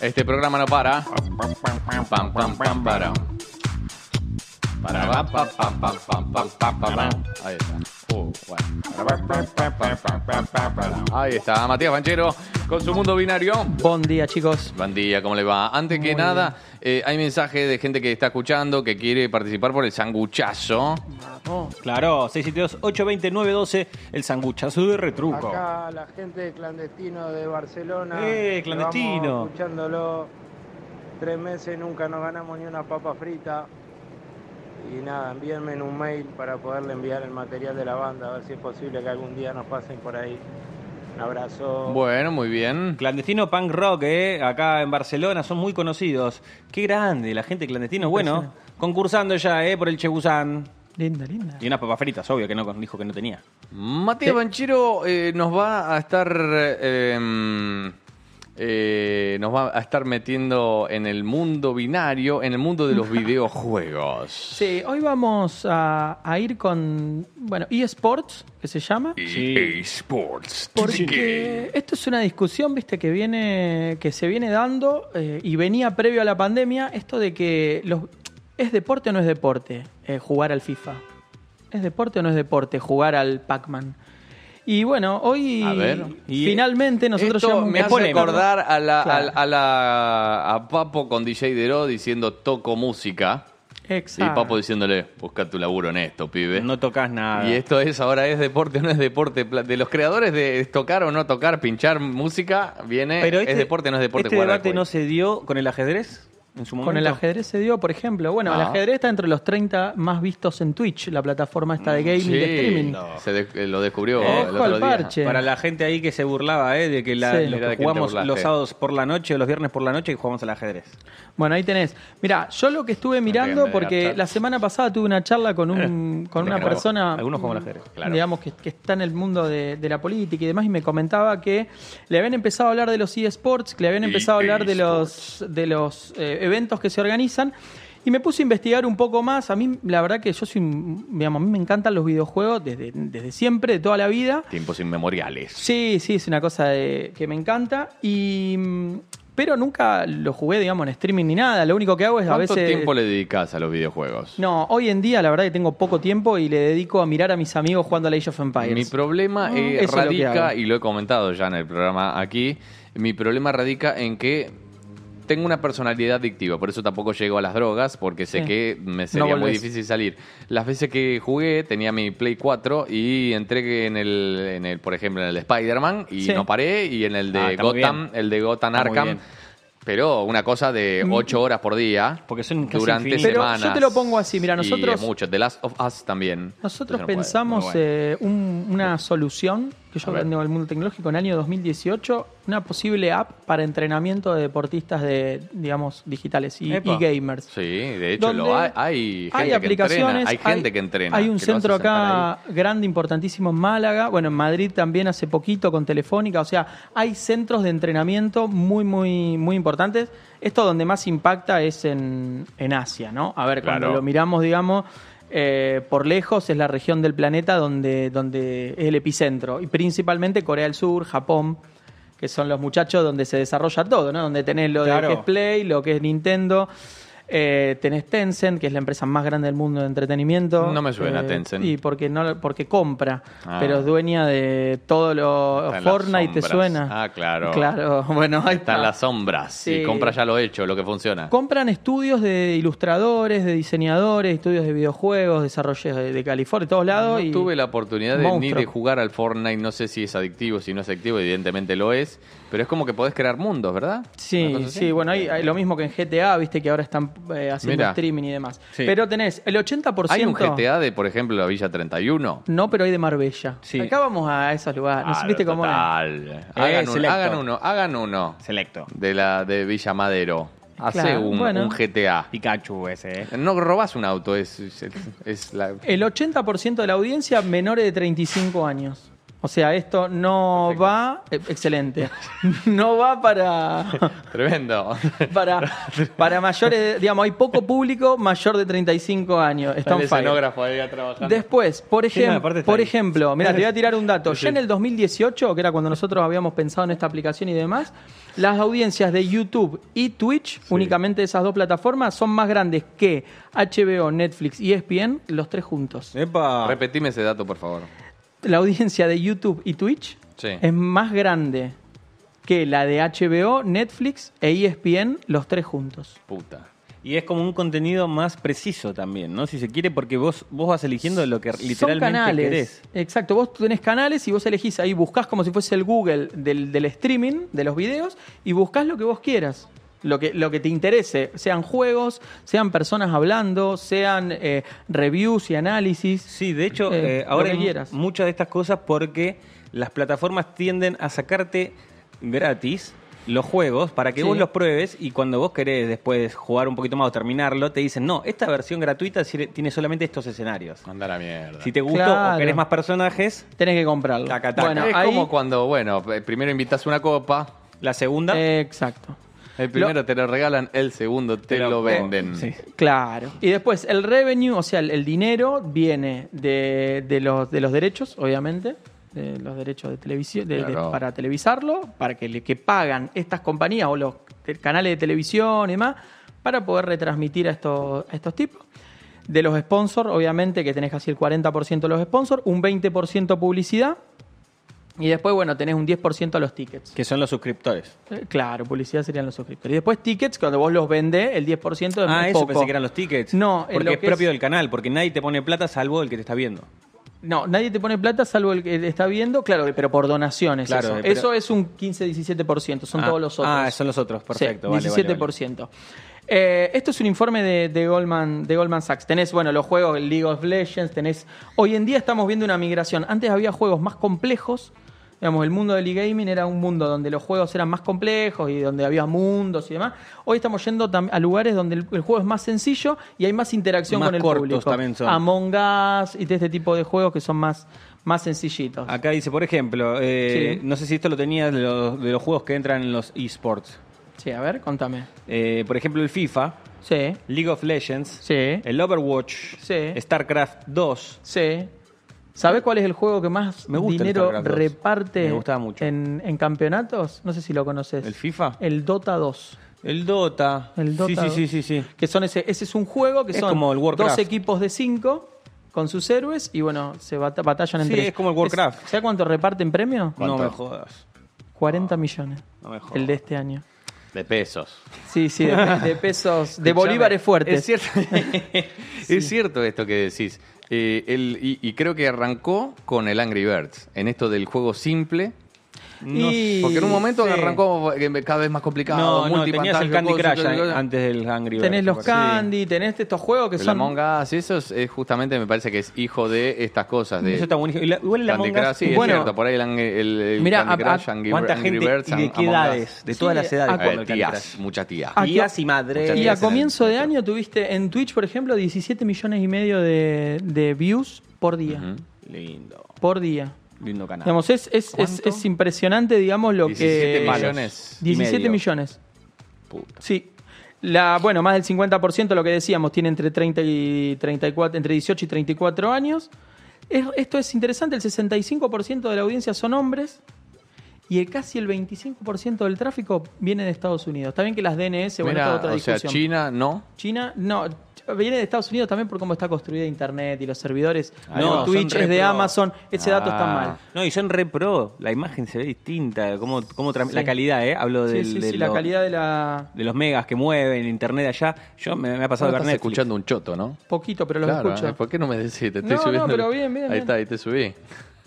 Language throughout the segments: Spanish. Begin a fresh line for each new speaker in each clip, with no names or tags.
Este programa no para. Pam, pam, pam, para. Para, pam, pam, pam, pam, pam, pam, pam, pam, pam. Ahí está. Uh, bueno. Ahí está, Matías Banchero con su mundo binario.
Buen día, chicos.
Buen día, ¿cómo le va? Antes que nada, eh, hay mensaje de gente que está escuchando, que quiere participar por el sanguchazo.
Claro, 672-820-912, el sanguchazo de retruco.
Acá la gente de clandestino de Barcelona.
¡Eh, clandestino!
Llevamos escuchándolo tres meses, nunca nos ganamos ni una papa frita. Y nada, envíenme en un mail para poderle enviar el material de la banda, a ver si es posible que algún día nos pasen por ahí. Un abrazo.
Bueno, muy bien.
Clandestino punk rock, ¿eh? acá en Barcelona, son muy conocidos. Qué grande, la gente clandestina. Bueno, concursando ya ¿eh? por el Chebusán.
Linda, linda.
Y unas papas fritas, obvio que no, dijo que no tenía.
Matías Banchero eh, nos va a estar. eh, eh, nos va a estar metiendo en el mundo binario, en el mundo de los videojuegos.
Sí, hoy vamos a, a ir con, bueno, eSports, que se llama.
Esports.
Porque esto es una discusión, viste, que viene, que se viene dando eh, y venía previo a la pandemia, esto de que los, es deporte o no es deporte eh, jugar al FIFA. ¿Es deporte o no es deporte jugar al Pac-Man? Y bueno, hoy
A ver.
Y-
finalmente nosotros
Esto
llegamos-
me hace
polémica.
acordar a la,
Claro.
a, a la a Papo con DJ Dero diciendo toco música.
Exacto.
Y Papo diciéndole, busca tu laburo en esto, pibe.
No tocas nada.
y esto es, ahora es deporte o no es deporte. Pla- De los creadores de tocar o no tocar, pinchar música, viene, es deporte o no es deporte.
Este
jugar al
debate
juego.
no se dio con el ajedrez en su momento.
Con el ajedrez se dio, por ejemplo. Bueno, el
Ah.
ajedrez está entre los 30 más vistos en Twitch, la plataforma esta de gaming
Mm, Sí,
de streaming.
no. se de- eh, lo descubrió
Ojo
el otro
al
día.
parche.
Para la gente ahí que se burlaba, ¿eh? De que la,
Sí.
los
Mira de
que
quién te
jugamos
burlaste.
los sábados por la noche o los viernes por la noche y jugamos al ajeres.
Bueno, ahí tenés. Mira, yo lo que estuve
pegan
mirando,
de
porque
agachar.
la semana pasada tuve una charla con, un, con una
algunos-
persona,
algunos juegan al ajedrez,
claro.
digamos, que, que está en el mundo de, de la política y demás, y me comentaba que le habían empezado a hablar de los eSports, que le habían empezado a hablar de los, de los eh, eventos que se organizan. Y me puse a investigar un poco más. A mí, la verdad que yo soy, un- digamos, a mí me encantan los videojuegos desde, desde siempre, de toda la vida.
Tiempos inmemoriales.
Sí, sí, es una cosa de- que me encanta. Y. mm, Pero nunca lo jugué, digamos, en streaming ni nada. Lo único que hago es a
¿Cuánto
veces.
tiempo le dedicas a los videojuegos?
No, hoy en día la verdad que tengo poco tiempo y le dedico a mirar a mis amigos jugando a la Age of Empires.
Mi problema eh,
Ah. eso es lo que
radica,
hago.
y lo he comentado ya en el programa aquí, mi problema radica en que tengo una personalidad adictiva, por eso tampoco llego a las drogas, porque sé
Sí.
que me sería
No
muy
volvés.
difícil salir. Las veces que jugué tenía mi Play 4 y entré en el, en el por ejemplo, en el de Spider-Man y
Sí.
no paré, y en el de
Ah, está muy
Gotham, el de Gotham
Está muy
Arkham.
bien.
Pero una cosa de 8 horas por día.
Porque son casi
durante
infinitas.
Mm. Pero yo
semanas.
te lo pongo así, mira,
Y es
nosotros-
mucho. The Last of Us también. Entonces
Nosotros
no puedo.
pensamos
Muy bueno.
eh, un- una solución que yo
A ver.
aprendí en el mundo tecnológico en el año 2018, una posible app para entrenamiento de deportistas de, digamos, digitales y,
Epa.
y gamers.
Sí, de hecho
donde
lo hay, hay gente
hay
que
aplicaciones,
entrena, hay gente que entrena.
Hay un
que lo hace
centro
sentar
acá grande, importantísimo en Málaga, bueno, en Madrid también hace poquito con Telefónica, o sea, hay centros de entrenamiento muy, muy, muy importantes. Esto donde más impacta es en, en Asia, ¿no? A ver, cuando
Claro.
lo miramos, digamos, eh, por lejos es la región del planeta donde, donde es el epicentro, y principalmente Corea del Sur, Japón que son los muchachos donde se desarrolla todo, ¿no? Donde tenés lo
Claro.
de que es Play, lo que es Nintendo, eh, tenés Tencent, que es la empresa más grande del mundo de entretenimiento.
No me suena
Eh,
Tencent.
Y porque no lo- porque compra,
Ah.
pero es dueña de todo lo
Está en las
Fortnite te
sombras.
suena.
Ah, claro.
Claro, bueno, ahí
ahí. Está en las sombras y
Sí.
compra ya lo hecho, lo que funciona.
Compran estudios de ilustradores, de diseñadores, estudios de videojuegos, desarrollos de, de California, de todos lados.
No
y
tuve la oportunidad de, ni
monstruo.
de jugar al Fortnite, no sé si es adictivo, si no es adictivo, evidentemente lo es, pero es como que podés crear mundos, ¿verdad? Una
Sí,
cosa así.
sí, bueno, hay, hay lo mismo que en GTA, viste que ahora están eh, haciendo
Mira.
streaming y demás.
Sí.
Pero tenés el 80%.
Hay un GTA de, por ejemplo, la Villa 31.
No, pero hay de Marbella.
Sí.
Acá vamos a esos lugares. No sé,
Claro,
¿Viste cómo es?
Ah,
Eh,
total. Hagan, uno,
selecto.
hagan uno, hagan uno
Selecto.
de la de Villa Madero. Hacé
Claro,
un,
bueno.
un GTA.
Pikachu ese, ¿eh?
No robás un auto, es, es- es la...
El 80% de la audiencia menores de 35 años. O sea, esto no va. eh, Excelente. No va para.
Tremendo.
Para, para mayores. de- Digamos, hay poco público mayor de 35 años. Está
Está
on
el
fire.
escenógrafo ahí trabajando.
Después, por,
Sí, no,
ejem-
aparte está
por
ahí.
ejemplo, mira, te voy a tirar un dato. Ya en el 2018, que era cuando nosotros habíamos pensado en esta aplicación y demás, las audiencias de YouTube y Twitch, únicamente esas dos plataformas, son más grandes que HBO, Netflix y E ESPN, los tres juntos.
Epa.
Repetime ese dato, por favor.
La audiencia de YouTube y Twitch
Sí.
es más grande que la de HBO, Netflix e ESPN, los tres juntos.
Puta.
Y es como un contenido más preciso también, ¿no? Si se quiere, porque vos, vos vas eligiendo lo que literalmente
Son canales.
querés.
Exacto, vos tenés canales y vos elegís ahí, buscás como si fuese el Google del, del streaming, de los videos, y buscás lo que vos quieras. Lo que, lo que te interese, sean juegos, sean personas hablando, sean eh, reviews y análisis.
Sí, de hecho,
Eh,
eh,
lo
ahora
que
hay mu-
quieras.
muchas de estas cosas porque las plataformas tienden a sacarte gratis los juegos para que
Sí.
vos los pruebes y cuando vos querés después jugar un poquito más o terminarlo, te dicen, no, esta versión gratuita sir- tiene solamente estos escenarios.
Anda a la mierda.
Si te gustó o
Claro.
querés más personajes,
Tenés que comprarlo.
Taca, taca.
Bueno,
es
ahí-
como cuando, bueno, eh, primero invitas una copa,
la segunda...
eh, exacto.
el primero te lo regalan, el segundo te, lo, venden.
eh, Sí.
Claro. Y después el revenue, o sea, el, el dinero viene de, de los, de los derechos, obviamente, de los derechos de televisión, de- de-
Claro.
para televisarlo, para que, le- que pagan estas compañías o los te- canales de televisión y demás, para poder retransmitir a estos, a estos tipos. De los sponsors, obviamente, que tenés casi el 40% de los sponsors, un 20% publicidad. Y después, bueno, tenés un 10% a los tickets.
Que son los suscriptores.
Eh, Claro, publicidad serían los suscriptores. Y después tickets, cuando vos los vendés, el 10% es muy
Ah, eso
poco.
pensé que eran los tickets.
No, en lo
porque es
que
propio
es-
del canal, porque nadie te pone plata salvo el que te está viendo.
No, nadie te pone plata salvo el que está viendo, claro, pero por donaciones.
Claro,
eso.
eh, pero-
Eso es un 15-17%, son
Ah,
todos los otros.
ah, son los otros, perfecto, vale, vale, vale.
17%. Eh, esto es un informe de, de Goldman, de Goldman Sachs. Tenés, bueno, los juegos el League of Legends, tenés... Hoy en día estamos viendo una migración. Antes había juegos más complejos. Digamos, el mundo del e-gaming era un mundo donde los juegos eran más complejos y donde había mundos y demás. Hoy estamos yendo tam- a lugares donde el, el juego es más sencillo y hay más interacción
Más
con el
cortos
público. Ah,
también son.
Among Us y de este tipo de juegos que son más, más sencillitos.
Acá dice, por ejemplo, eh,
Sí.
no sé si esto lo tenías de los, de los juegos que entran en los esports.
Sí, a ver, contame.
Eh, por ejemplo, el FIFA,
Sí,
League of Legends,
sí,
el Overwatch,
Sí.
StarCraft 2.
sí. ¿Sabés cuál es el juego que más
Me gusta el
dinero
StarCraft 2.
reparte
Me gustaba mucho.
En, en campeonatos? No sé si lo conoces.
¿El FIFA?
El Dota 2.
El Dota.
El
Sí, sí,
Dota.
sí, sí, sí.
Que son ese, ese es un juego que
Es
son
como el Warcraft.
dos equipos de cinco con sus héroes y bueno, se bata- batallan
Sí,
entre
es como el Warcraft.
¿Sabes cuánto reparten premio?
No me jodas.
40 millones.
No me jodas.
el de este año.
De pesos.
Sí, sí, de, de pesos, de
Escuchame,
bolívares fuertes.
Es cierto, es cierto esto que decís. Eh, el- y, y creo que arrancó con el Angry Birds, en esto del juego simple.
No
Y-
Porque en un momento
sí.
arrancó eh, cada vez más complicado.
No, no, tenías el
multipantalla,
Candy
cosas,
Crush
cosas,
an-
cosas.
antes del Angry
Tenés
Birds,
los
me parece.
candy, tenés estos juegos que
El
son...
Among Us, eso es, es justamente, me parece que es hijo de estas cosas. De
Eso está buenísimo. Y la- Igual el
Candy
Among Us-
Crush, sí, es
Bueno.
cierto. Por ahí el, ang- el- el
Mirá,
Candy
a- a-
Crush, Angry,
¿Cuánta
Angry
gente
Birds,
y de qué
Among Us.
edades? De
Sí,
todas las edades.
a-
juegan
Eh,
al Candy
tías,
Crush.
mucha tía.
Ah,
Tías y madres.
Y a
Excelente.
comienzo de año tuviste en Twitch, por ejemplo, 17 millones y medio de, de views por día.
Lindo,
Por día.
lindo canal.
Digamos, es, es, es,
¿Cuánto?
es impresionante, digamos, lo
17
que...
Eh, millones y
17
medio.
millones.
Puta.
Sí. La, bueno, más del 50%, lo que decíamos, tiene entre, 30 y 34, entre 18 y 34 años. Es- esto es interesante, el 65% de la audiencia son hombres y el, casi el 25% del tráfico viene de Estados Unidos. Está bien que las DNS, bueno,
Mira,
esta es otra
o sea,
discusión.
China no.
China, no, viene de Estados Unidos también por cómo está construida Internet y los servidores.
Ah,
no,
no, son
Twitch
re
es de
pro.
Amazon, ese dato está
Ah.
mal.
No, y son re pro. La imagen se ve distinta. Cómo, cómo tra-
Sí.
La calidad, ¿eh? Hablo
Sí,
del-
sí,
de
sí, la
lo-
calidad de la...
de los megas que mueven, internet allá. Yo me, me ha pasado de
Ahora
ver
estás
Netflix.
escuchando un choto, ¿no?
Poquito, pero los
Claro,
escucho.
eh.
¿eh? ¿por qué no me decís? Te estoy
No, no,
subiendo.
pero bien, bien,
Ahí
bien.
está, ahí te subí.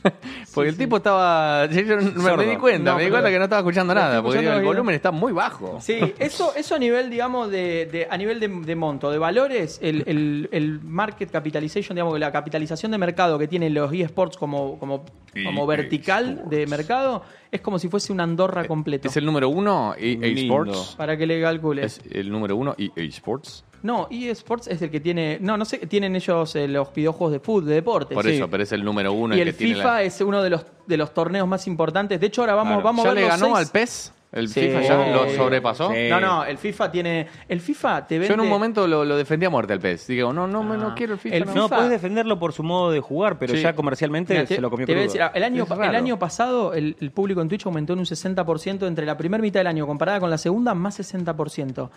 Porque el tipo estaba. yo- yo me- me,
Sordo.
di cuenta,
No,
me di
pero-
cuenta que no estaba escuchando
Lo
nada,
estoy
porque digo, el
escuchando bien.
volumen está muy bajo.
Sí, eso, eso a nivel, digamos, de, de- a nivel de, de monto, de valores, el, el- el market capitalization, digamos, la capitalización de mercado que tienen los eSports como, como, como vertical de mercado, es como si fuese una Andorra completa.
Eh, Es el número uno EA
Lindo.
Sports.
Para que le calcules.
Es el número uno EA Sports.
No, eSports es el que tiene. No, no sé, tienen ellos eh, los videojuegos de fútbol, de deporte.
Por eso, pero es el número uno
Y
el
el,
que tiene
FIFA
la-
es uno de los, de los torneos más importantes. De hecho, ahora vamos,
Claro.
vamos a
¿Ya
ver
le
los
ganó
seis-
al PES? ¿El
Sí.
FIFA ya lo sobrepasó?
Sí.
No, no, el FIFA tiene. El FIFA te vende.
Yo en un momento lo, lo defendí a muerte al PES. Digo, no, no, me- no
Ah.
quiero el FIFA.
El
no.
FIFA
No, puedes defenderlo por su modo de jugar, pero
Sí.
ya comercialmente
Mira, te-
se lo comió
te voy a
crudo.
decir, ah, el, año,
Es raro.
el año pasado el, el público en Twitch aumentó en un 60% entre la primera mitad del año comparada con la segunda, más 60%.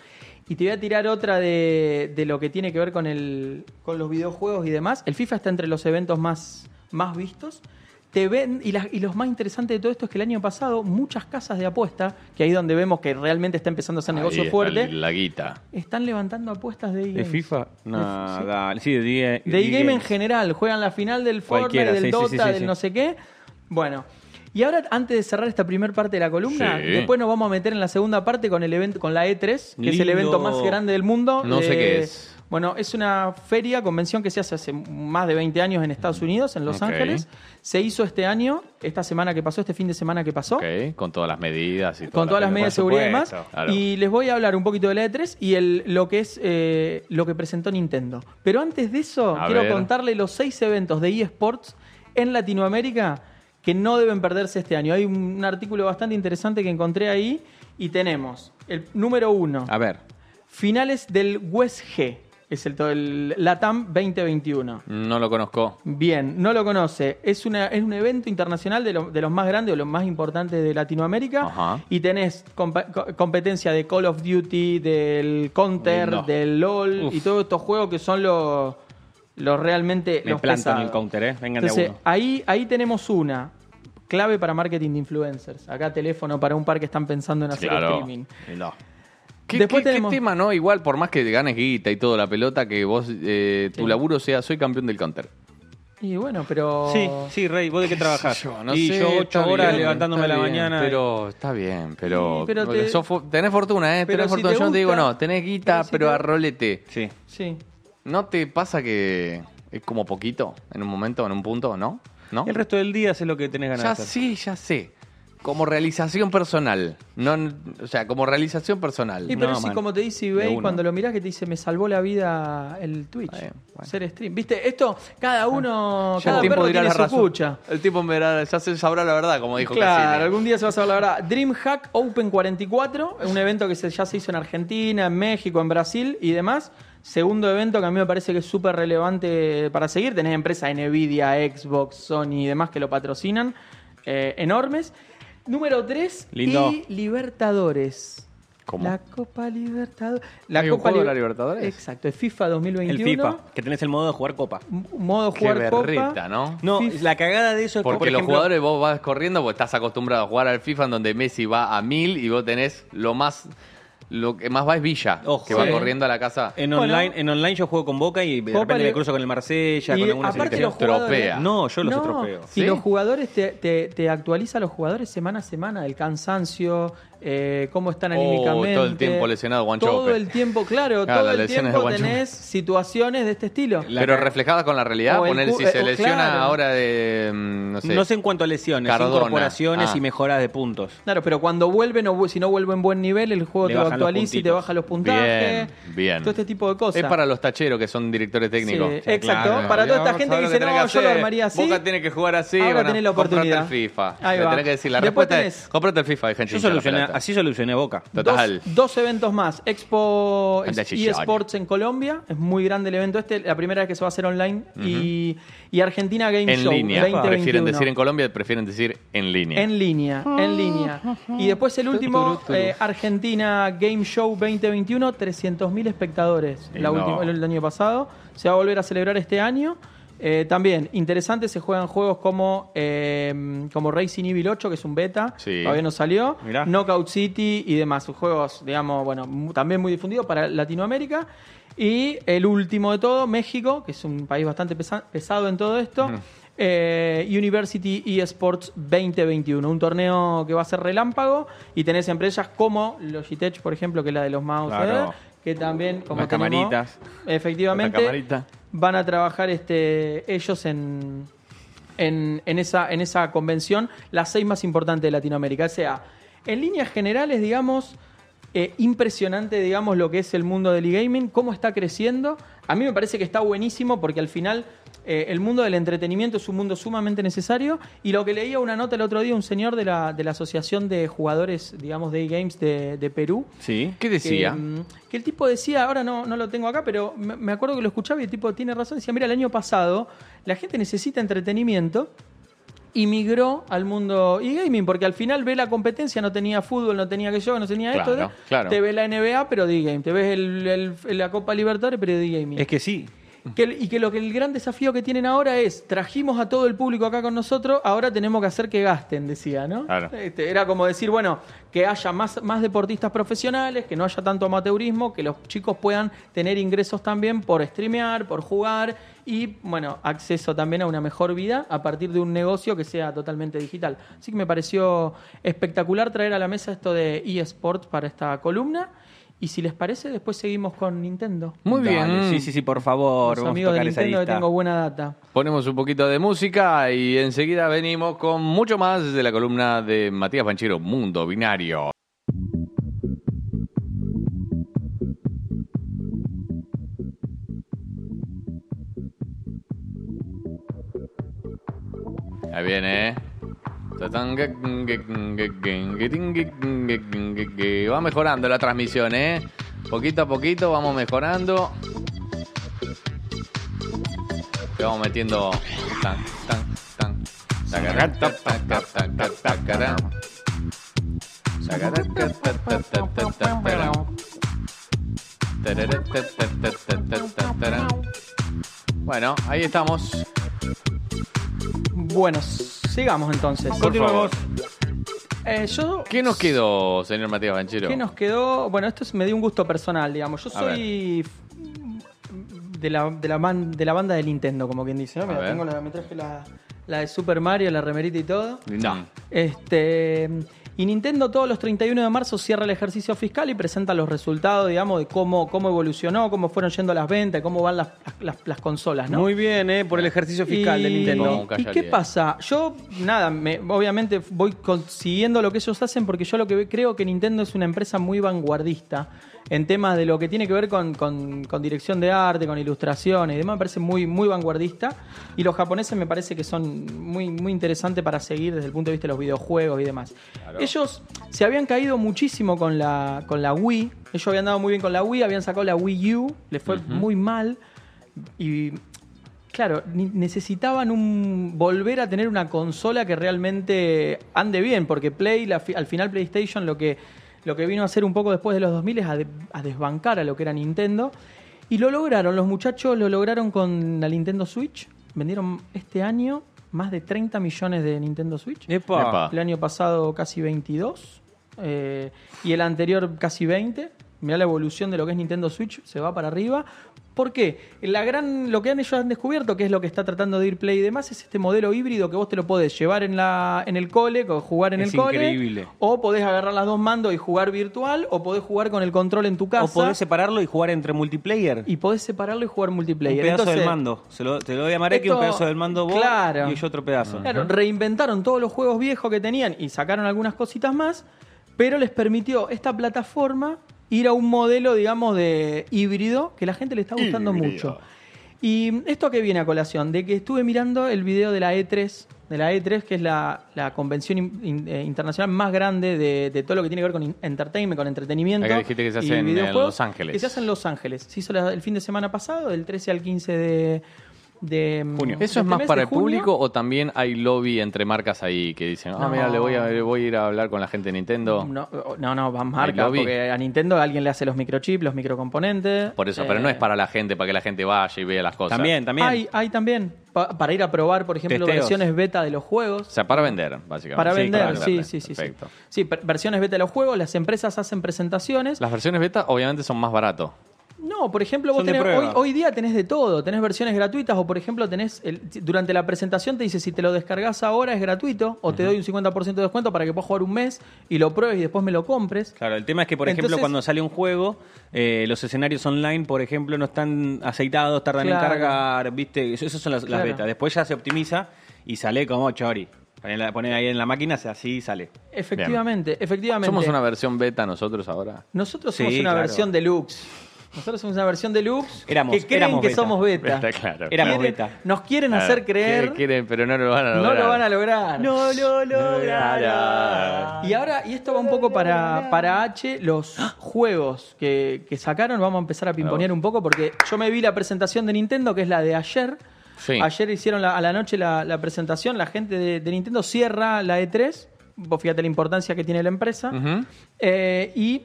Y te voy a tirar otra de, de lo que tiene que ver con, el, con los videojuegos y demás. El FIFA está entre los eventos más, más vistos. Te ven, y, las- y los más interesantes de todo esto es que el año pasado muchas casas de apuesta, que ahí donde vemos que realmente está empezando a ser
Ahí
negocio
está
fuerte,
La guita.
están levantando apuestas de
¿De
eGames.
FIFA? Nada. Sí, de E
De E
E-Game
e-game en general, juegan la final del Fortnite,
Cualquiera,
del
sí, sí,
Dota,
sí, sí,
del
sí.
no sé qué. Bueno, y ahora antes de cerrar esta primera parte de la columna,
Sí.
después nos vamos a meter en la segunda parte con el evento con la E3, que es el
Lindo.
evento más grande del mundo.
No sé
Eh,
qué es.
Bueno, es una feria, convención que se hace hace más de 20 años en Estados Unidos, en Los
Ok.
Ángeles. Se hizo este año, esta semana que pasó, este fin de semana que pasó.
Ok, con todas las medidas y
Con todas las medidas de
por
seguridad y demás.
supuesto.
Claro.
Y les voy a hablar un poquito de la E3 y el, lo que es eh, lo que presentó Nintendo. Pero antes de eso,
A
quiero
ver.
contarles los seis eventos de eSports en Latinoamérica que no deben perderse este año. Hay un, un artículo bastante interesante que encontré ahí y tenemos el número uno,
A ver.
finales del WestG, es el, todo el LATAM 2021.
No lo conozco.
Bien, no lo conoce. Es, una, es un evento internacional de, lo- de los más grandes o los más importantes de Latinoamérica.
Ajá.
Y tenés compa- co- competencia de Call of Duty, del Counter,
Lindo.
del LOL
Uf.
y todos estos juegos que son los, los realmente.
Me
los
planto
pesados.
en el counter, ¿eh? Vengan de a
Entonces,
uno.
ahí, ahí tenemos una. Clave para marketing de influencers. Acá teléfono para un par que están pensando en hacer
Claro.
streaming.
¿Qué,
Después
qué- qué
tenemos-
tema, no? Igual, por más que ganes guita y toda la pelota, que vos, eh, tu
Sí.
laburo sea, soy campeón del counter.
Y bueno, pero.
Sí, sí, Rey, vos de qué trabajás. y
sé,
yo
está
ocho horas
bien,
levantándome a
está
la
bien,
mañana.
Pero está bien, pero.
Sí, pero te-
sos fu- tenés fortuna, ¿eh?
pero
tenés
si
fortuna.
te
Yo no te digo,
gusta-
no, tenés guita,
pero
pero,
si te-
a rolete.
Sí.
Sí.
¿No te pasa que es como poquito en un momento, en un punto, no? ¿No?
El resto del día haces lo que tenés ganas de
Ya
hacer.
sí, ya sé. Como realización personal. No, o sea, como realización personal.
Y pero
No,
si,
man.
como te dice
De
eBay,
una.
cuando lo mirás, que te dice, me salvó la vida el Twitch,
Está bien, bueno.
ser stream. ¿Viste? Esto, cada uno,
Ya
cada perro tiene su
razón.
pucha.
El tiempo me dará- ya se sabrá la verdad, como dijo
Claro,
Cassini.
algún día se va a saber la verdad. Dreamhack Open 44, un evento que se- ya se hizo en Argentina, en México, en Brasil y demás. Segundo evento que a mí me parece que es súper relevante para seguir. Tenés empresas Nvidia, Xbox, Sony y demás que lo patrocinan. eh, enormes. Número 3
Lindo.
y Libertadores.
¿Cómo?
La Copa Libertadores. La
¿Hay un
Copa
juego de
Liber-
la Libertadores?
Exacto, el FIFA
El
2021.
FIFA, que tenés el modo de jugar copa.
m- Modo
Qué
jugar
berreta,
Copa.
¿no?
No,
FIFA.
la cagada de eso es
Porque
por
los
ejemplo,
jugadores vos vas corriendo porque estás acostumbrado a jugar al FIFA en donde Messi va a mil y vos tenés lo más lo que más va es Villa,
Ojo. Eh,
que va
Sí.
corriendo a la casa.
En
Bueno.
online, en online yo juego con Boca y de
Copa
repente me
Liber-
cruzo con el Marsella, con
Y
alguna
aparte
selección.
los jugadores,
Tropea.
No, yo los estropeo.
Y
¿Sí?
los jugadores te, te, te actualiza a los jugadores semana a semana, el cansancio, eh, cómo están
Oh,
anímicamente.
todo el tiempo lesionado Guanchope.
Todo el tiempo, claro,
Claro,
todo
las
el
lesiones
tiempo
de Guanchope.
tenés situaciones de este estilo.
La
Pero
ca-
reflejada con la realidad,
O el
poner
cu-
si
eh,
se
o
lesiona
claro.
ahora de mm, no sé.
No sé en cuanto a lesiones,
Cardona.
incorporaciones
Ah.
y mejoras de puntos.
Claro, pero cuando vuelven, o vu- si no vuelven buen nivel, el juego
Le
te lo
bajan los
actualiza y te
puntitos.
baja los puntajes.
Bien, bien.
Todo este tipo de cosas.
Es para los tacheros que son directores técnicos.
Sí, exacto. Para toda esta gente que dice, "No, yo lo armaría así".
Boca tiene que jugar así.
Ahora
bueno,
tenés la oportunidad.
Comprate el FIFA.
Ahí
Le
va.
tenés que decir la
Después
respuesta
tenés-
es, comprate el FIFA, dejen
Yo
hinchar la
solucioné,
pelota.
así solucioné Boca.
Total.
Dos, dos eventos más. Expo
Anda, chichón.
eSports en Colombia. Es muy grande el evento este. La primera vez que se va a hacer online. y, y Argentina Game
en
Show
línea.
2021.
Prefieren decir en Colombia, prefieren decir en línea.
En línea, en línea. Y después el último,
Turu, turu.
eh, Argentina Game Show 2021, 300.000 espectadores
Y
la
no.
última- el año pasado. Se va a volver a celebrar este año. Eh, también, interesante, se juegan juegos como, eh, como Racing Evil 8, que es un beta,
Sí.
todavía no salió,
Mirá.
Knockout City y demás, juegos, digamos, bueno, mu- también muy difundidos para Latinoamérica. Y el último de todo, México, que es un país bastante pesa- pesado en todo esto, eh, University eSports 2021, un torneo que va a ser relámpago y tenés empresas como Logitech, por ejemplo, que es la de los mouse,
Claro.
eh, que también, como
Las
tenemos,
camaritas.
efectivamente,
La camarita.
van a trabajar este, ellos en, en, en esa, en esa convención, las seis más importantes de Latinoamérica. O sea, en líneas generales, digamos, eh, impresionante, digamos, lo que es el mundo del e-gaming, cómo está creciendo. A mí me parece que está buenísimo porque al final eh, el mundo del entretenimiento es un mundo sumamente necesario. Y lo que leía una nota el otro día, un señor de la, de la Asociación de Jugadores, digamos, de e-games de, de Perú,
Sí.
¿Qué
que,
decía?
mm, que el tipo decía, ahora no, no lo tengo acá, pero me me acuerdo que lo escuchaba y el tipo tiene razón. Decía, mira, el año pasado la gente necesita entretenimiento y migró al mundo e-gaming, porque al final ve la competencia, no tenía fútbol, no tenía que yo, no tenía esto.
Claro,
¿no?
claro.
Te ves la NBA, pero de e-game. Te ves el- el- la Copa Libertadores, pero de e-gaming.
Es que sí.
Que el- y que lo que el gran desafío que tienen ahora es trajimos a todo el público acá con nosotros, ahora tenemos que hacer que gasten, decía, ¿no?
Claro.
Este, era como decir, bueno, que haya más, más deportistas profesionales, que no haya tanto amateurismo, que los chicos puedan tener ingresos también por streamear, por jugar y, bueno, acceso también a una mejor vida a partir de un negocio que sea totalmente digital. Así que me pareció espectacular traer a la mesa esto de eSport para esta columna. Y si les parece, después seguimos con Nintendo.
Muy
Dale,
bien.
Sí, sí, sí, por favor.
Los
vamos a
amigos de
tocar esa
Nintendo que
lista.
tengo buena data.
Ponemos un poquito de música y enseguida venimos con mucho más de la columna de Matías Panchero, Mundo Binario. Ahí viene, ¿eh? Va mejorando la transmisión, ¿eh? Poquito a poquito vamos mejorando. Te vamos metiendo. Tan, tan, tan. Sacará, ta, ta, ta, ta, ta, tacará. Sacará, ta, ta, ta, ta, ta, tacará. Tarará, ta, ta, ta, ta, ta, ta, tará. Bueno, ahí estamos.
Bueno, sigamos entonces.
Por favor.
Eh, yo,
¿Qué nos quedó, señor Matías Banchero?
¿Qué nos quedó? Bueno, esto es- me dio un gusto personal, digamos. Yo
A
soy f- de la, de, la man- de la banda de Nintendo, como quien dice. ¿no?
A
Mira,
ver.
tengo la, me traje la, la de Super Mario, la remerita y todo.
No.
Este, y Nintendo todos los 31 de marzo cierra el ejercicio fiscal y presenta los resultados, digamos, de cómo, cómo evolucionó, cómo fueron yendo las ventas, cómo van las, las, las consolas, ¿no?
Muy bien, ¿eh? Por el ejercicio fiscal de
Como
Nintendo.
un
¿Y
calla
qué
líder.
pasa? Yo, nada, me- obviamente voy consiguiendo lo que ellos hacen porque yo lo que ve- creo que Nintendo es una empresa muy vanguardista en temas de lo que tiene que ver con, con- con dirección de arte, con ilustración y demás, me parece muy, muy vanguardista. Y los japoneses me parece que son muy, muy interesantes para seguir desde el punto de vista de los videojuegos y demás. Ellos se habían caído muchísimo con la, con la Wii, ellos habían dado muy bien con la Wii, habían sacado la Wii U, les fue muy mal. Y Claro, ni- necesitaban un volver a tener una consola que realmente ande bien, porque Play, la fi- al final PlayStation lo que, lo que vino a hacer un poco después de los 2000 es a, de- a desbancar a lo que era Nintendo. Y lo lograron, los muchachos lo lograron con la Nintendo Switch. Vendieron este año más de 30 millones de Nintendo Switch.
Epa.
Epa.
El año pasado casi 22 eh, y el anterior casi 20. Mirá la evolución de lo que es Nintendo Switch, se va para arriba. ¿Por qué? La gran, lo que han, ellos han descubierto, que es lo que está tratando de ir Play y demás, es este modelo híbrido que vos te lo podés llevar en, la, en el cole, co- jugar en
Es
el cole.
increíble.
O podés agarrar las dos mandos y jugar virtual, o podés jugar con el control en tu casa.
O podés separarlo y jugar entre multiplayer.
y podés separarlo y jugar multiplayer.
un pedazo
Entonces,
del mando. Se lo, te lo voy a Marek y un
esto-
pedazo del mando vos
Claro.
y yo otro pedazo.
Claro, reinventaron todos los juegos viejos que tenían y sacaron algunas cositas más, pero les permitió esta plataforma ir a un modelo, digamos, de híbrido que la gente le está gustando mucho. Y esto que viene a colación, de que estuve mirando el video de la E3, de la E3, que es la, la convención in- in- eh, internacional más grande de, de todo lo que tiene que ver con in- entertainment, con entretenimiento.
Acá dijiste que se
y
hace en, eh,
videojuegos,
Los Ángeles.
que se hace en Los Ángeles. Se hizo la- el fin de semana pasado, del 13 al 15 de, de
Junio.
de
¿Eso
este
es más
mes,
para
de
el
junio.
público o también hay lobby entre marcas ahí que dicen, ah,
No.
mira, le voy, a, le voy a ir a hablar con la gente de Nintendo?
No, oh, no, no, van marcas,
lobby?
porque a Nintendo alguien le hace los microchips, los microcomponentes.
Por eso, pero
Eh,
no es para la gente, para que la gente vaya y vea las cosas.
También, también.
Hay, hay también, pa- para ir a probar, por ejemplo,
Testeos.
versiones beta de los juegos.
O sea, para vender, básicamente.
para
Sí,
vender, sí,
venderle.
sí, sí, sí.
Perfecto.
Sí, per- versiones beta de los juegos, las empresas hacen presentaciones.
Las versiones beta obviamente son más barato.
No, No, por ejemplo, vos
Son de
tenés- hoy,
prueba.
hoy día tenés de todo. Tenés versiones gratuitas o, por ejemplo, tenés el- durante la presentación te dice si te lo descargas ahora es gratuito o te doy un 50% de descuento para que puedas jugar un mes y lo pruebes y después me lo compres.
Claro, el tema es que, por ejemplo,
Entonces-
cuando sale un juego, eh, los escenarios online, por ejemplo, no están aceitados, tardan en
Claro.
cargar, ¿viste? Eso- Esas son las, las
Claro.
betas. Después ya se optimiza y sale como chori. Poner ahí en la máquina, así sale.
Efectivamente, efectivamente.
Somos una versión beta nosotros ahora.
Nosotros somos
Sí,
una
claro.
versión deluxe. Nosotros somos una versión deluxe
Éramos-
que creen
éramos
que
beta.
somos beta.
Beta, claro.
Éramos
Quieren-
beta.
Nos quieren
Claro.
hacer creer
Quieren, Ah, quieren, pero no lo van a
no
lograr.
lo van a lograr.
No lo
logrará.
Y ahora, y esto va un poco para, para H, los juegos que, que sacaron, vamos a empezar a pimponear un poco, porque yo me vi la presentación de Nintendo, que es la de ayer.
Sí.
Ayer hicieron la- a la noche la, la presentación, la gente de, de Nintendo cierra la E3, vos fíjate la importancia que tiene la empresa,
Ujú.
Eh, y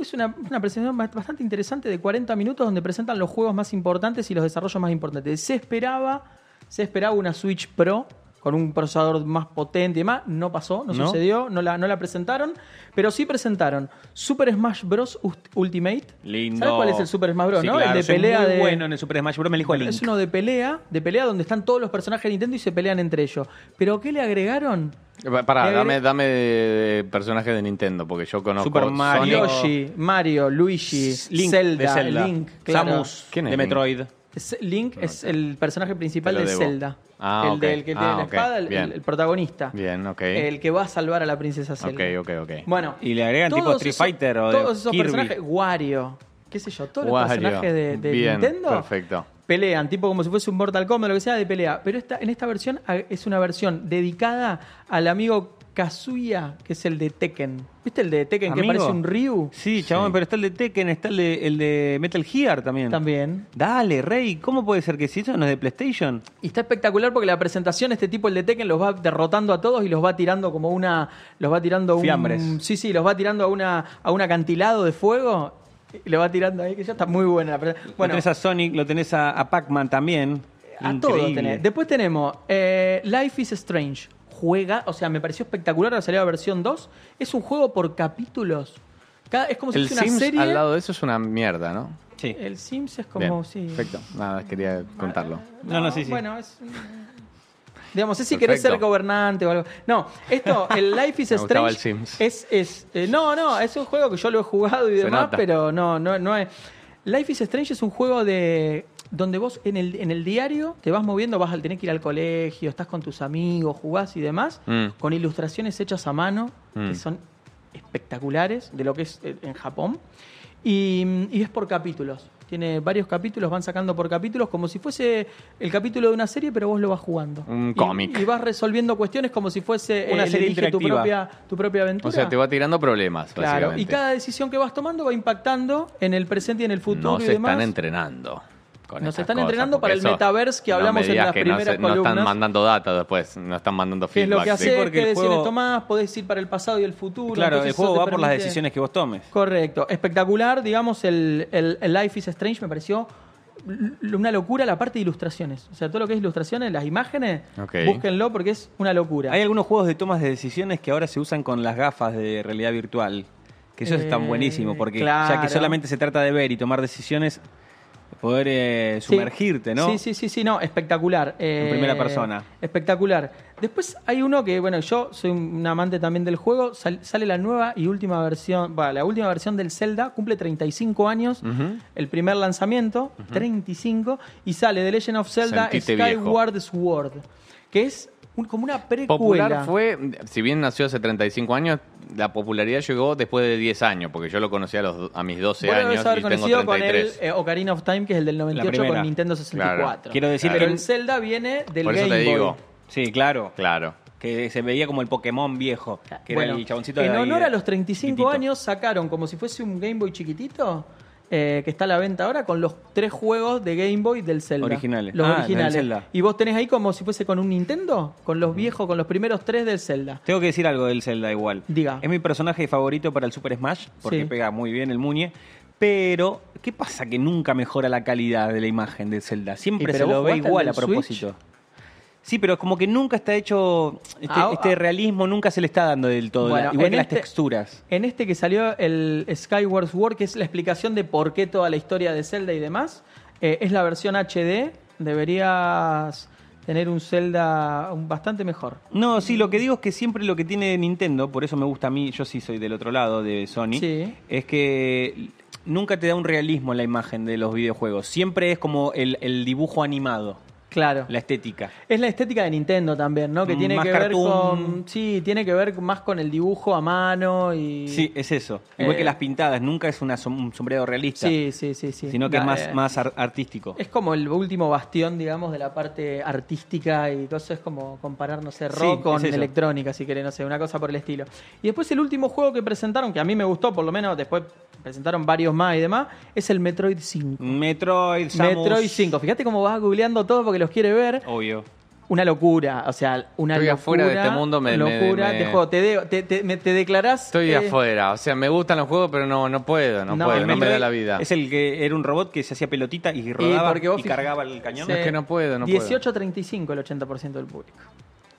es una, una presentación ba- bastante interesante de 40 minutos donde presentan los juegos más importantes y los desarrollos más importantes. Se esperaba, se esperaba una Switch Pro con un procesador más potente y demás, no pasó, no,
¿No?
sucedió, no la, no la presentaron, pero sí presentaron Super Smash Bros. Ust- Ultimate.
Lindo.
¿Sabes cuál es el Super Smash Bros?
Sí,
no?
claro,
el de
soy
pelea
muy
de...
bueno en el Super Smash Bros. Me elijo a Link.
Es uno de pelea, de pelea donde están todos los personajes de Nintendo y se pelean entre ellos. ¿Pero qué le agregaron?
Eh, Pa- Pará,
Le agre-
dame, dame de personajes de Nintendo, porque yo conozco
Super Mario.
Sonic.
Yoshi, Mario, Luigi,
Link
Zelda,
de Zelda.
Link, claro.
Samus
¿Quién es
de
Link?
Metroid.
Es- Link es el personaje principal
Te
de
lo debo.
Zelda.
Ah,
el
ok.
del que tiene
Ah,
la
ok.
espada, el,
Bien.
el protagonista.
Bien, ok.
El que va a salvar a la princesa Zelda.
Ok, ok, ok.
Bueno,
Y le agregan tipo
todos
Street
esos-
Fighter o de
Todos esos
Kirby.
personajes, Wario, qué sé yo, todos
Wario.
los personajes de, de
Bien,
Nintendo
perfecto.
pelean, tipo como si fuese un Mortal Kombat o lo que sea, de pelea. Pero esta, en esta versión a- es una versión dedicada al amigo Kazuya, que es el de Tekken. ¿Viste el de Tekken que
Amigo.
parece un Ryu?
Sí, chabón, pero está el de Tekken, está el de, el de Metal Gear también.
También.
Dale, Rey, ¿cómo puede ser que si eso no es de PlayStation?
Y está espectacular porque la presentación, este tipo, el de Tekken, los va derrotando a todos y los va tirando como una. Los va tirando a un.
Fiambres.
Sí, sí, los va tirando a una a un acantilado de fuego. Y lo va tirando ahí, que ya está muy buena la presen-
lo
Bueno,
tenés a Sonic, lo tenés a, a Pac-Man también.
a todos
Increíble.
tenés. Después tenemos eh, Life is Strange. Juega, o sea, me pareció espectacular, ahora salió la versión 2. Es un juego por capítulos. Cada- es como si
El
fuese una
Sims
serie.
al lado de eso es una mierda, ¿no?
Sí.
El Sims es como.
Bien,
sí.
Perfecto. Nada, quería contarlo.
No, no, sí, sí.
Bueno, es. Digamos, es si querés
Perfecto.
ser gobernante o algo. No, esto, el Life is
Me gustaba
Strange.
el Sims.
Es, es, eh, no, no, es un juego que yo lo he jugado y
Se
demás,
nota.
pero no, no, no es. Life is Strange es un juego de. donde vos en el, en el diario te vas moviendo, vas al tener que ir al colegio, estás con tus amigos, jugás y demás,
Mm.
con ilustraciones hechas a mano,
Mm.
que son espectaculares de lo que es eh, en Japón. Y, mm, y es por capítulos. Tiene varios capítulos, van sacando por capítulos, como si fuese el capítulo de una serie, pero vos lo vas jugando.
Un
Y-
cómic.
Y, vas resolviendo cuestiones como si fuese
Una
el
serie
elige tu
interactiva.
propia, tu propia aventura.
O sea, te va tirando problemas,
Claro,
básicamente.
y cada decisión que vas tomando va impactando en el presente y en el futuro
Nos
y demás.
están entrenando. con
Nos
estas
están
cosas,
entrenando
porque
para el
eso-
metaverse que
no
hablamos
me
en
digas
las
que no
primeras
no están
columnas.
mandando data después, no están mandando
¿Qué es
feedback.
lo que
sí.
haces?
porque
¿Qué
el
decisiones
juego-
tomás? Podés ir para el pasado y el futuro.
Claro,
entonces
el
eso
juego
te
va por las
permite-
decisiones que vos tomes.
Correcto, espectacular, digamos, el, el- el Life is Strange me pareció l- una locura la parte de ilustraciones. O sea, todo lo que es ilustraciones, las imágenes,
Ok.
búsquenlo porque es una locura.
Hay algunos juegos de tomas de decisiones que ahora se usan con las gafas de realidad virtual. Que esos
Eh,
están buenísimos, porque ya
claro.
que solamente se trata de ver y tomar decisiones, poder eh,
Sí.
sumergirte, ¿no?
Sí, sí, sí, sí, no, espectacular. Eh,
primera persona.
Espectacular. Después hay uno que, bueno, yo soy un amante también del juego, sal- sale la nueva y última versión, va, la última versión del Zelda, cumple 35 años, el primer lanzamiento, 35, y sale The Legend of Zelda
Sentite
Skyward Sword, que es un- como una precuela.
Popular fue, si bien nació hace 35 años, la popularidad llegó después de 10 años, porque yo lo conocí a, los, a mis 12
Vos lo
años
debes haber
y tengo
conocido con el
33.
eh, Ocarina of Time, que es el del 98
primera.
con Nintendo 64.
Claro.
Quiero decir
pero
que-
el Zelda viene del
Por eso
Game
te
Boy.
digo,
Sí, claro.
claro.
Que se veía como el Pokémon viejo, que
Ah, Bueno,
era el chaboncito de
en
ahí,
honor
de-
a los 35
chiquitito.
años sacaron como si fuese un Game Boy chiquitito eh, que está a la venta ahora con los tres juegos de Game Boy del Zelda.
Originales.
Los
Ah,
originales.
del Zelda. Mm.
Y vos tenés ahí como si fuese con un Nintendo, con los viejos, con los primeros tres del Zelda.
Tengo que decir algo del Zelda igual.
Diga.
Es mi personaje favorito para el Super Smash, porque
Sí.
pega muy bien el muñe. Pero, ¿qué pasa que nunca mejora la calidad de la imagen de Zelda?
¿Y
Siempre
pero
se
vos
lo ve
jugaste al
igual
del
a propósito. Sí, pero es como que nunca está hecho. Este,
Ah,
este
ah.
realismo nunca se le está dando del todo.
Bueno,
la- igual
en
que las
este-
texturas.
En este que salió el Skyward Sword, que es la explicación de por qué toda la historia de Zelda y demás, eh, es la versión HD. Deberías tener un Zelda un- bastante mejor.
No, sí, lo que digo es que siempre lo que tiene Nintendo, por eso me gusta a mí, yo sí soy del otro lado de Sony,
Sí.
es que nunca te da un realismo la imagen de los videojuegos. Siempre es como el, el dibujo animado,
Claro.
la estética.
Es la estética de Nintendo también, ¿no? Que
Mm,
tiene
más
que ver
cartoon.
con. Sí, tiene que ver más con el dibujo a mano y.
Sí, es eso. Igual
Eh.
que las pintadas, nunca es una som- un sombrero realista,
sí, sí, sí, sí.
sino que es
Da-
más,
eh,
más ar- artístico.
Es como el último bastión, digamos, de la parte artística y cosas como comparar, no sé,
Sí,
rock
es
con
eso.
electrónica, si querés, no sé, una cosa por el estilo. Y después el último juego que presentaron, que a mí me gustó, por lo menos después presentaron varios más y demás, es el Metroid 5.
Metroid, Samus,
Metroid 5. Fíjate cómo vas googleando todo porque los quiere ver.
Obvio.
Una locura, o sea, una
Estoy
locura.
afuera de este mundo, me- me-
locura
me-
de juego. Te, de- te, te- me- te declarás.
Estoy
eh,
afuera. O sea, me gustan los juegos, pero no, no puedo, no,
No,
puedo,
el
no me da
Metroid
la vida.
Es el que era un robot que se hacía pelotita y rodaba
porque
y,
vos fij-
cargaba el cañón.
Sí. Es que no puedo, no puedo.
18 a 35 el 80% del público.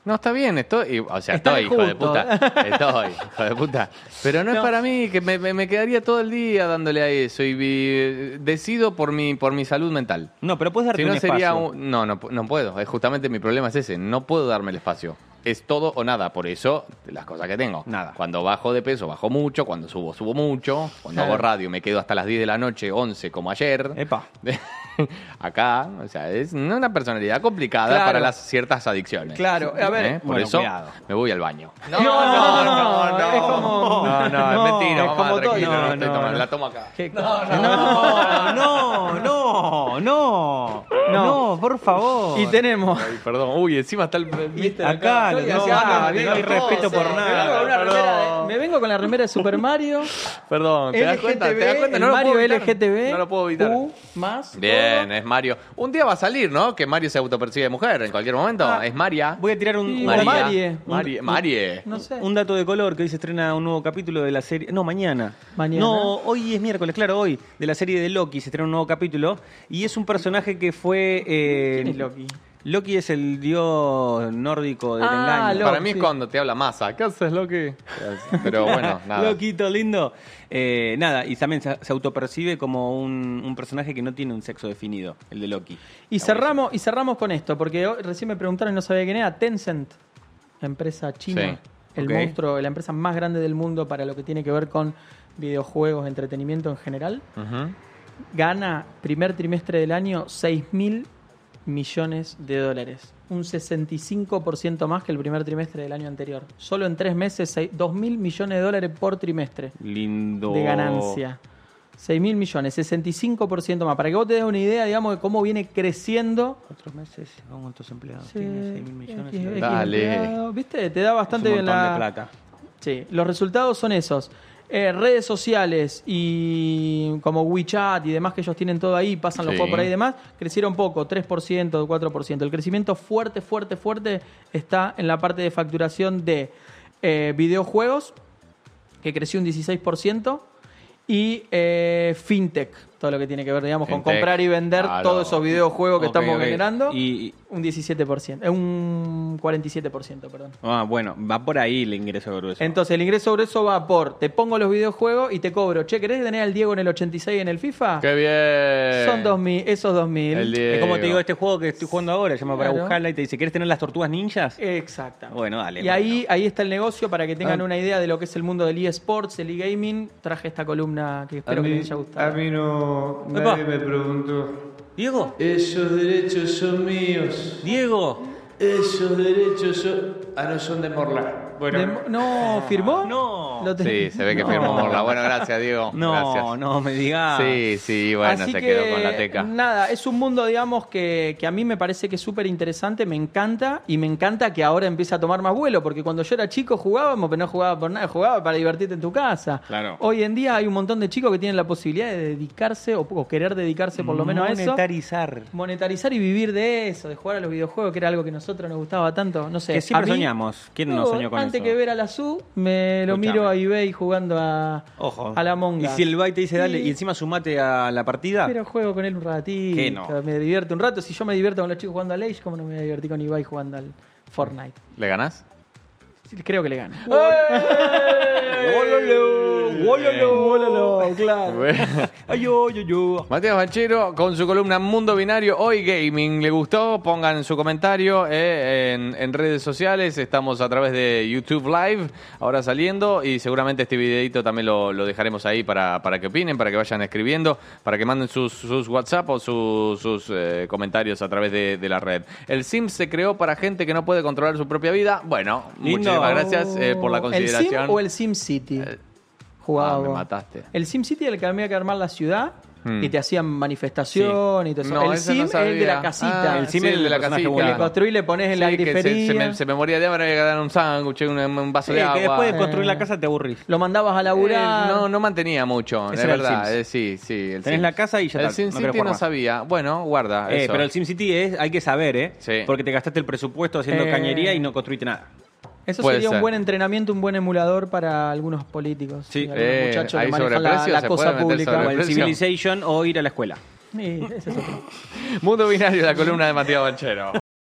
No, está bien, estoy. O sea,
Están
estoy, hijo de
juntos.
puta. Estoy, hijo de puta. Pero no, es
No.
para mí, que me, me- me quedaría todo el día dándole a eso. Y vi- decido por mi, por mi salud mental.
No, pero puedes darte
Si no
un
sería
espacio.
un- no, no, pu- no puedo. Es justamente mi problema es ese. No puedo darme el espacio. Es todo o nada. Por eso, las cosas que tengo.
Nada.
Cuando bajo de peso, bajo mucho. Cuando subo, subo mucho. Cuando
Claro.
hago radio, me quedo hasta las 10 de la noche, 11, como ayer.
Epa.
Acá, o sea, es una personalidad complicada
Claro.
para las ciertas adicciones.
Claro, a ver.
¿Eh? Por
Bueno,
eso
cuidado.
me voy al baño.
No, no, no, es como-
no, no, es
no,
mentira,
es
mamá,
como todo.
tranquilo, no,
No,
estoy
no,
tomando,
no.
la tomo acá.
Qué-
No, no, no, no, no, por favor.
Y tenemos.
Ay, perdón, uy, encima está el...
Viste,
Acá,
estoy
no,
hacia-
no,
ah,
no
digo,
hay
todo,
respeto
sí.
por
Me
nada,
vengo con una
perdón.
remera de- Me vengo con la remera de Super Mario.
Perdón, ¿te das cuenta? ¿Te das cuenta?
LGTB,
No lo
Mario
puedo evitar.
LGTB.
No lo puedo evitar.
U más.
Bien,
todo.
es Mario. Un día va a salir, ¿no? Que Mario se autopercibe mujer en cualquier momento.
Ah,
es María.
Voy a tirar un,
María.
María.
o Marie.
Marie. Marie.
No sé.
un dato de color que hoy se estrena un nuevo capítulo de la serie. No, mañana.
Mañana.
No, hoy es miércoles, claro, hoy. De la serie de Loki se estrena un nuevo capítulo. Y es un personaje que fue. eh,
¿Quién es Loki?
Loki es el dios nórdico del
Ah,
engaño.
Loki.
Para mí es cuando te habla masa. ¿Qué haces, Loki? Pero bueno, nada.
Loquito, lindo. Eh, nada, y también se, se autopercibe como un, un personaje que no tiene un sexo definido, el de Loki.
Y cerramos, y cerramos con esto, porque hoy- recién me preguntaron y no sabía quién era. Tencent, la empresa china,
Sí.
el
Ok.
monstruo, la empresa más grande del mundo para lo que tiene que ver con videojuegos, entretenimiento en general,
Ujú.
gana primer trimestre del año 6 mil millones de dólares. Un 65% más que el primer trimestre del año anterior. Solo en tres meses, 6 2 mil millones de dólares por trimestre
Lindo.
de ganancia. 6 mil millones, 65% más. Para que vos te des una idea, digamos, de cómo viene creciendo
Cuatro meses, ¿cuántos empleados
Sí,
Ah, tiene? Seis mil millones.
X, X
Dale.
empleado. ¿Viste? Te da bastante
Es un
bien
montón
la.
de plata.
Sí, los resultados son esos. Eh, redes sociales y como WeChat y demás que ellos tienen todo ahí, pasan los
Sí.
juegos por ahí y demás, crecieron poco, 3%, 4%. El crecimiento fuerte, fuerte, fuerte está en la parte de facturación de eh, videojuegos, que creció un 16%, y eh, fintech, todo lo que tiene que ver, digamos, con
Fintech,
comprar y vender
claro.
todos esos videojuegos que
Ah, Ok,
estamos
ok.
generando.
Y,
Un 17%, eh, un 47%, perdón.
ah, bueno, va por ahí el ingreso grueso.
Entonces, el ingreso grueso va por, te pongo los videojuegos y te cobro, che, ¿querés tener al Diego en el 86 en el FIFA?
¡Qué bien!
Son 2000, esos 2000.
El Diego.
es como te digo, este juego que estoy jugando ahora, llama para
Claro.
buscarla y te dice, ¿quieres tener las tortugas ninjas?
Exactamente.
Bueno, dale,
Y
bueno.
ahí, ahí está el negocio para que tengan
Ah.
una idea de lo que es el mundo del eSports, el e-gaming. Traje esta columna que
A
espero que
mí,
les haya gustado.
a mí no.
Epa.
Nadie me preguntó.
Diego,
Esos derechos son míos.
Diego.
Esos derechos son. Ah, no, son de Morla. Bueno.
De- no, ¿firmó?
No.
Lo ten-
Sí, se ve que
No.
firmó Morla. Bueno, gracias, Diego.
No,
gracias.
no me digas.
Sí, sí, bueno,
Así
se
que,
quedó con la teca.
Nada, es un mundo, digamos, que, que a mí me parece que es súper interesante, me encanta, y me encanta que ahora empiece a tomar más vuelo, porque cuando yo era chico jugábamos, pero no jugaba por nada, jugaba para divertirte en tu casa.
Claro.
Hoy en día hay un montón de chicos que tienen la posibilidad de dedicarse, o, o querer dedicarse por lo menos a eso.
Monetarizar.
Monetarizar y vivir de eso, de jugar a los videojuegos, que era algo que a nosotros nos gustaba tanto. No sé.
Que siempre
a mí-
soñamos. ¿Quién no
No,
soñó con
a antes que ver a la SU, me lo
Escuchame.
miro a eBay jugando a,
Ojo.
a la monga.
Y si el byte te dice dale
Sí.
y encima sumate a la partida.
Pero juego con él un ratito,
¿Qué no?
me divierto un rato. Si yo me divierto con los chicos jugando al Age, ¿cómo no me voy a divertir con Ibai jugando al Fortnite?
¿Le ganás?
Sí, Creo que le gana.
Ah,
¡Wololo! ¡Wololo!
claro.
¡Ay, ay, ay, ay!
Mateo Banchero con su columna Mundo Binario Hoy Gaming. ¿Le gustó? Pongan su comentario eh, en, en redes sociales. Estamos a través de YouTube Live, ahora saliendo. Y seguramente este videito también lo, lo dejaremos ahí para, para que opinen, para que vayan escribiendo, para que manden sus, sus WhatsApp o sus, sus, eh, comentarios a través de, de la red. El Sims se creó para gente que no puede controlar su propia vida. Bueno,
Lindo.
muchísimas gracias eh, por la
Oh. ¿El
consideración.
Sim o el Sim City?
ah,
Jugaba.
me mataste.
El Sim City era el que había que armar la ciudad
Hmm.
y te hacían manifestación y todo eso.
No,
el
ese no
Sim es el de
sabía.
la casita.
Ah,
El Sim
sí,
es
el de la
personaje
casita.
que le
bueno.
construís, le pones en la
Sí, que se-
grifería.
se, me, se me moría de hambre, había que dar un sándwich, un, un vaso
Sí,
de agua.
que después de construir la casa te aburrís.
Lo mandabas a laburar.
Eh, no, no mantenía mucho,
Ese
es
era el
verdad.
Sims.
eh, sí, sí. El
Tenés
Sims.
la casa y ya
El
está,
Sin
no
City
querés
no,
jugar más.
sabía. Bueno, guarda.
Eh,
eso.
pero el SimCity es, hay que saber, ¿eh?
Sí.
Porque te gastaste el presupuesto haciendo
Eh.
cañería y no construiste nada.
Eso
Puede
sería
ser.
un buen entrenamiento, un buen emulador para algunos políticos.
Sí.
y algunos
Eh,
muchachos
ahí
que manejan la,
sobreprecio,
la
se puede
cosa
meter
O
pública.
sobreprecio.
el Civilization o ir a la escuela.
Sí, ese es otro.
Mundo binario, la columna de Matías Banchero.